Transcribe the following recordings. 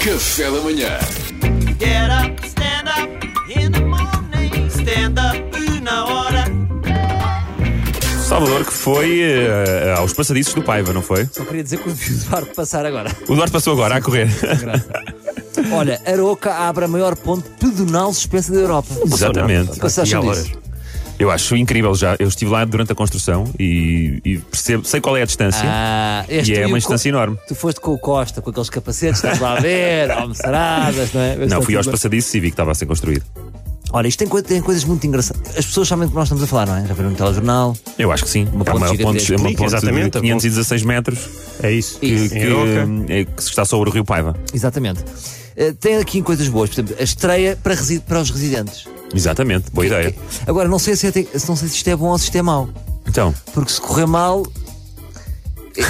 Café da manhã. Get up, stand up in the morning. Stand up na hora. Salvador, que foi eh, aos passadiços do Paiva, não foi? Só queria dizer que o Eduardo passar agora. O Duarte passou agora a correr. Olha, Aroca abre a maior ponte pedonal suspensa da Europa. Exatamente. O que vocês acham disso? Eu acho incrível já. Eu estive lá durante a construção e, e percebo, sei qual é a distância. Ah, este E é tu uma o distância Co- enorme. Tu foste com o Costa, com aqueles capacetes, estás lá a ver, almoçaradas, não é? Vê se Não, está fui tudo aos bem. passadiços e vi que estava a ser construído. Olha, isto tem, coi- tem coisas muito engraçadas. As pessoas sabem do que nós estamos a falar, não é? Já viram no telejornal. Eu acho que sim. Uma ponte uma gigantesca. ponte, é uma Explica, ponte de exatamente, a 516 metros É isso. que, Isso. que, eh, que se está sobre o Rio Paiva. Exatamente. Eh, tem aqui coisas boas, por exemplo, a estreia para, resi- para os residentes. Exatamente, boa ideia. Agora, não sei, se é te- não sei se isto é bom ou se isto é mau. Então, Porque se correr mal,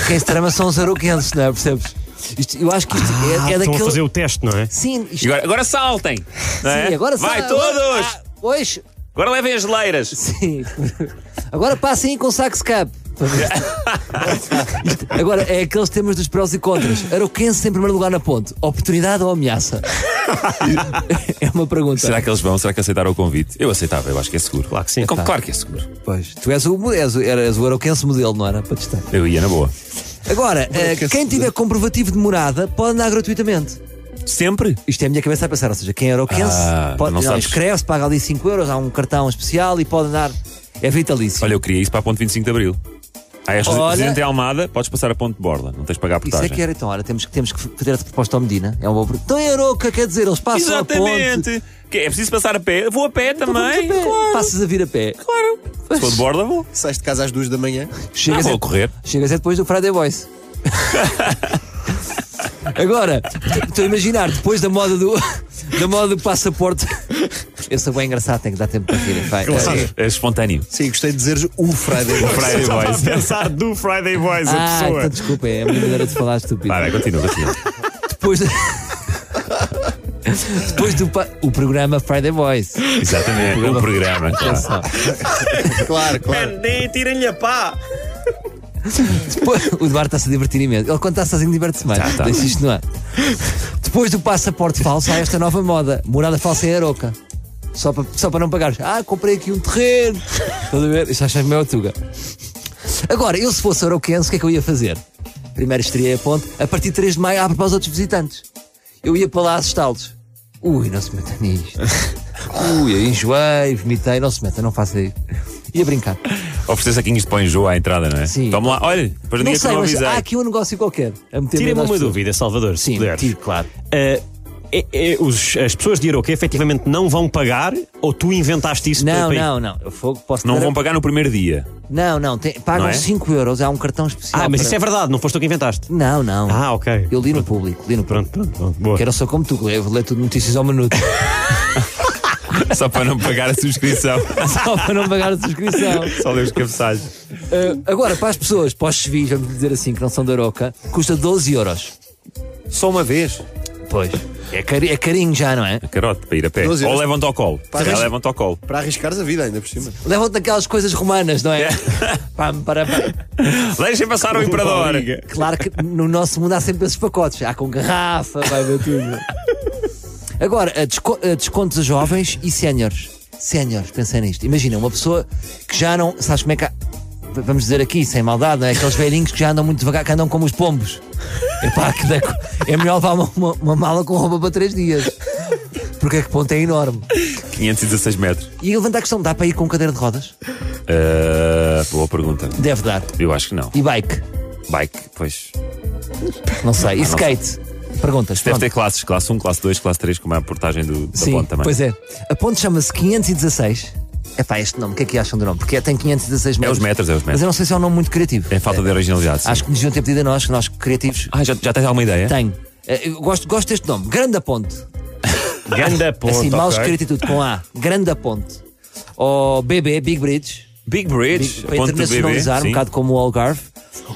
quem se trama são os aroquenses, não é? Percebes? Isto- eu acho que isto é- é, Ah, estão daquele. a fazer o teste, não é? Sim, e isto... agora, agora saltem! não é? sim, agora Vai sa- todos! agora- Agora, Ah, pois, levem as geleiras! sim. Agora passem aí com o sax cap. Isto- agora, é aqueles temas dos prós e contras. Aroquense em primeiro lugar na ponte. Oportunidade ou ameaça? é uma pergunta. Será que eles vão? Será que aceitaram o convite? Eu aceitava, eu acho que é seguro. Claro que sim. tá. Claro que é seguro. Pois. Tu és o, és, o- eras o aroquense modelo, não era? Para testar. Eu ia na boa. Agora, eh, quem tiver comprovativo de morada pode andar gratuitamente. Sempre? Isto é a minha cabeça a passar, ou seja, quem era o Kense Ah, pode não sabes. escreve-se, paga ali 5 euros, há um cartão especial e pode andar. É vitalício. Olha, eu queria isso para a ponte 25 de Abril. Ah, és Olha. residente em Almada, podes passar a ponte de Borla, não tens de pagar a isso portagem. é que era, então, olha, temos que, temos que fazer essa proposta ao Medina. É uma boa. pro- Então é Aroca, quer dizer, eles passam a ponte. Exatamente! Que é preciso passar a pé? Vou a pé Vamos também! a pé. Claro, Passas a vir a pé. claro! Se for de Borla, vou. Sais de casa às duas da manhã. Ah, Chegas, vou é, a correr. chegas é depois do Friday Boys. Agora, estou a imaginar, depois da moda do, da moda do passaporte. Esse é bem engraçado, tem que dar tempo para rirem. vai. É, é espontâneo. Sim, gostei de dizer o um Friday. Night. Friday Boys. pensar do Friday Boys, Ah, então, desculpa, é a minha maneira de falar estúpido. Vai, vai, continua, continua. Depois do... Depois do pa- o programa Friday Boys. Exatamente, o programa. claro. claro, claro. Tirem-lhe a pá! Depois- o Eduardo está-se a divertir imenso. Ele, quando está sozinho, diverte-se mais. Tá, tá. Deixa isto no ar. Depois do passaporte falso, há esta nova moda: morada falsa em Aroca. Só para, só para não pagares. Ah, comprei aqui um terreno. Estás a ver? Isto achas-me é o Tuga. Agora, eu se fosse aroquense, o que é que eu ia fazer? Primeiro estreiei a ponte, a partir de 3 de maio abre para os outros visitantes. Eu ia para lá assustá-los. Ui, não se meta nisto. Ui, eu enjoei, vomitei, não se meta, não faça isso. Ia brincar. Oferecer saquinhos de pão em jogo à entrada, não é? Sim. Toma lá, olha, depois Não diga que sei, não mas avisei. há aqui um negócio qualquer. a Tirem-me meter medo às uma pessoas. dúvida, Salvador, se Sim, puder. tiro, claro. Ah, é- é- os- as pessoas de Iroquê efetivamente não vão pagar ou tu inventaste isso Não, para- não, não. Eu fogo, posso Não dar a- vão pagar no primeiro dia. Não, não. tem- pagam Não é? 5 euros. Há um cartão especial. Ah, mas para- isso é verdade, não foste tu que inventaste. Não, não. Ah, ok. Eu li no público. Li no Pronto, público. pronto, pronto. Boa. Quero só como tu, que levo, leio tudo notícias ao minuto. Só para não pagar a subscrição. só para não pagar a subscrição. Só deu os cabeçalhos. Ah, agora, para as pessoas, para os civis, vamos dizer assim, que não são da Aroca, custa 12 euros. Só uma vez. Pois. É, cari- é carinho já, não é? Carote, para ir a pé. Doze Ou euros. levam-te ao colo. Pagas- Já levam-te ao colo. Para arriscares a vida ainda por cima. Levam-te daquelas coisas romanas, não é? Pam, para, para. Deixem passar o imperador. Claro que no nosso mundo há sempre esses pacotes. Há com garrafa, vai ver tudo. Agora, a desco- a descontos a jovens e séniores. Séniores, pensei nisto. Imagina, uma pessoa que já não. Sabes como é que há. v- Vamos dizer aqui, sem maldade, não é? Aqueles velhinhos que já andam muito devagar, que andam como os pombos. Epá, que da... É melhor levar uma, uma- uma mala com roupa para três dias. Porque é que ponto é enorme. 516 metros. E levanta a questão: dá para ir com cadeira de rodas? Ah, boa pergunta. Deve dar. Eu acho que não. E bike? Bike, pois. Não sei. E skate? Perguntas. Deve pronto. ter classes. Classe 1, classe 2, classe 3, como é a portagem do, da Sim, ponte também. pois é. A ponte chama-se 516. É pá, este nome, o que é que acham do nome? Porque é- tem 516 É metros. os metros, é os Mas metros. eu não sei se é um nome muito criativo. É falta de originalidade. sim. Acho que nos deviam ter pedido a nós, que nós criativos. Ah, já, já tens alguma ideia? Tenho. Eh, Eu gosto, gosto deste nome, Grande Ponte. Ganda ponto, assim, mal ok. escrito e tudo, com A. Grande Ponte. Ou BB, Big Bridge. Big Bridge, Big- a para ponte do BB. internacionalizar, um sim. bocado como o Algarve.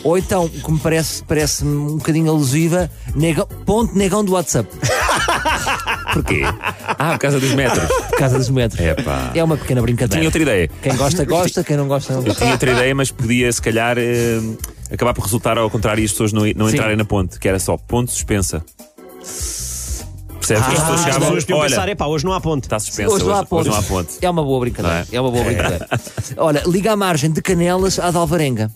Ou então, como parece, parece um bocadinho alusiva, negão, Ponte Negão do WhatsApp, Porquê? Ah, por causa dos metros. por causa dos metros. Epá. É uma pequena brincadeira. Tinha outra ideia. Quem gosta, gosta, quem não gosta, não Eu gosta. tinha outra ideia, mas podia, se calhar, eh, acabar por resultar ao contrário e as pessoas não, não entrarem na ponte, que era só ponte suspensa. Percebes? Ah, que as pessoas as chegavam, pessoas deviam pensar, olha, epá, hoje não há ponte. Tá, está suspensa, Tá hoje, hoje não há ponte. hoje não há ponte. É uma boa brincadeira. É. uma boa brincadeira. Olha, liga a margem de Canelas à de Alvarenga.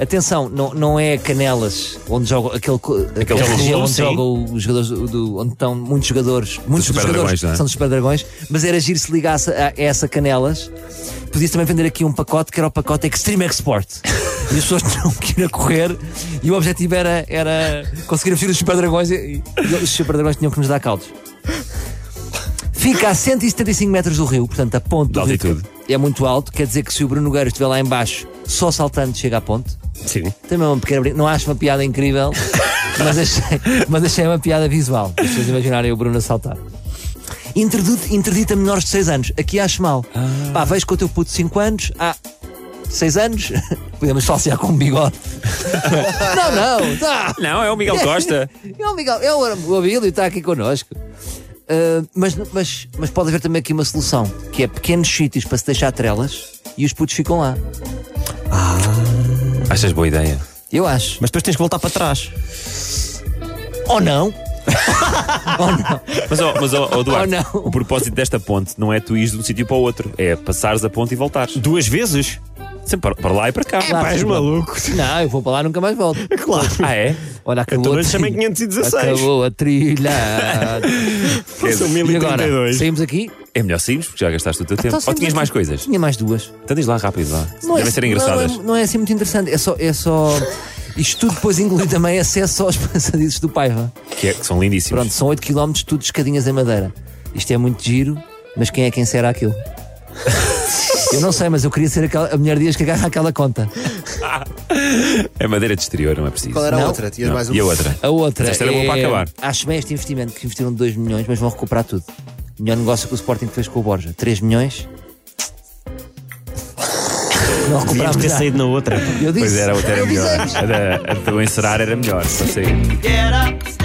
Atenção, não, não é Canelas onde joga aquele, co- aquela clube, região onde sim. jogam os jogadores do- do- onde estão muitos jogadores, muitos dos Super jogadores Dragões, não é? são dos Super Dragões, mas era giro se ligasse a essa Canelas. Podia também vender aqui um pacote que era o pacote Extreme Export. E as pessoas tinham que ir a correr e o objetivo era, era conseguir fugir dos Super Dragões e, e os Super Dragões tinham que nos dar caudos. Fica a 175 metros do rio, portanto a ponte do De rio altitude. é muito alto, quer dizer que se o Bruno Nogueira estiver lá em baixo, só saltando chega à ponte. Sim. Também é uma pequena brin- não acho uma piada incrível, mas achei, mas achei uma piada visual. As pessoas imaginarem o Bruno a saltar. Interdita, interdita menores de 6 anos, aqui acho mal. Ah. Pá, vejo com o teu puto de 5 anos, há 6 anos, podemos falsear com um bigode. não, não, tá. Não, é o Miguel Costa. É o Miguel, é o Abílio, está aqui connosco. Ah, mas, mas, mas pode haver também aqui uma solução, que é pequenos sítios para se deixar trelas e os putos ficam lá. Achas boa ideia? Eu acho. Mas depois tens que voltar para trás. Ou não? Ou não? Mas, ó, mas ó, ó, Duarte, Oh, não. o propósito desta ponte não é tu ires de um sítio para o outro, é passares a ponte e voltares. Duas vezes? Sempre para, para lá e para cá. Claro, Pá, és Ah, sim, maluco. Não, eu vou para lá e nunca mais volto. Claro. Ah, é? Olha, acabou Então, a mas chamei trilha. 516. Acabou a trilha. um São e agora? 1032. Saímos aqui. É melhor sairmos, porque já gastaste o teu tempo. Então, Ou saímos tinhas aqui. mais coisas? Tinha mais duas. Então diz lá rápido, lá. é- Devem ser engraçadas. Não é, não é assim muito interessante. É só. É só... Isto tudo depois inclui também acesso aos passadizos do Paiva. que, é- que são lindíssimas. Pronto, são 8 km tudo de escadinhas em madeira. Isto é muito giro, mas quem é quem será aquilo? eu não sei, mas eu queria ser aquela, a mulher dias que agarra aquela conta. É madeira de exterior, não é preciso. Qual era a Não. outra? Tinhas Não. mais um? uma? E a outra? A outra. Esta era boa é- para acabar. Acho bem este investimento que investiram 2 milhões, mas vão recuperar tudo. Melhor negócio que o Sporting fez com o Borja. 3 milhões. Não Devíamos recuperámos ter nada. saído na outra. Eu disse. Pois era, a outra era eu melhor. disse- A da- a do encerar era melhor. Só sei. Get up, stand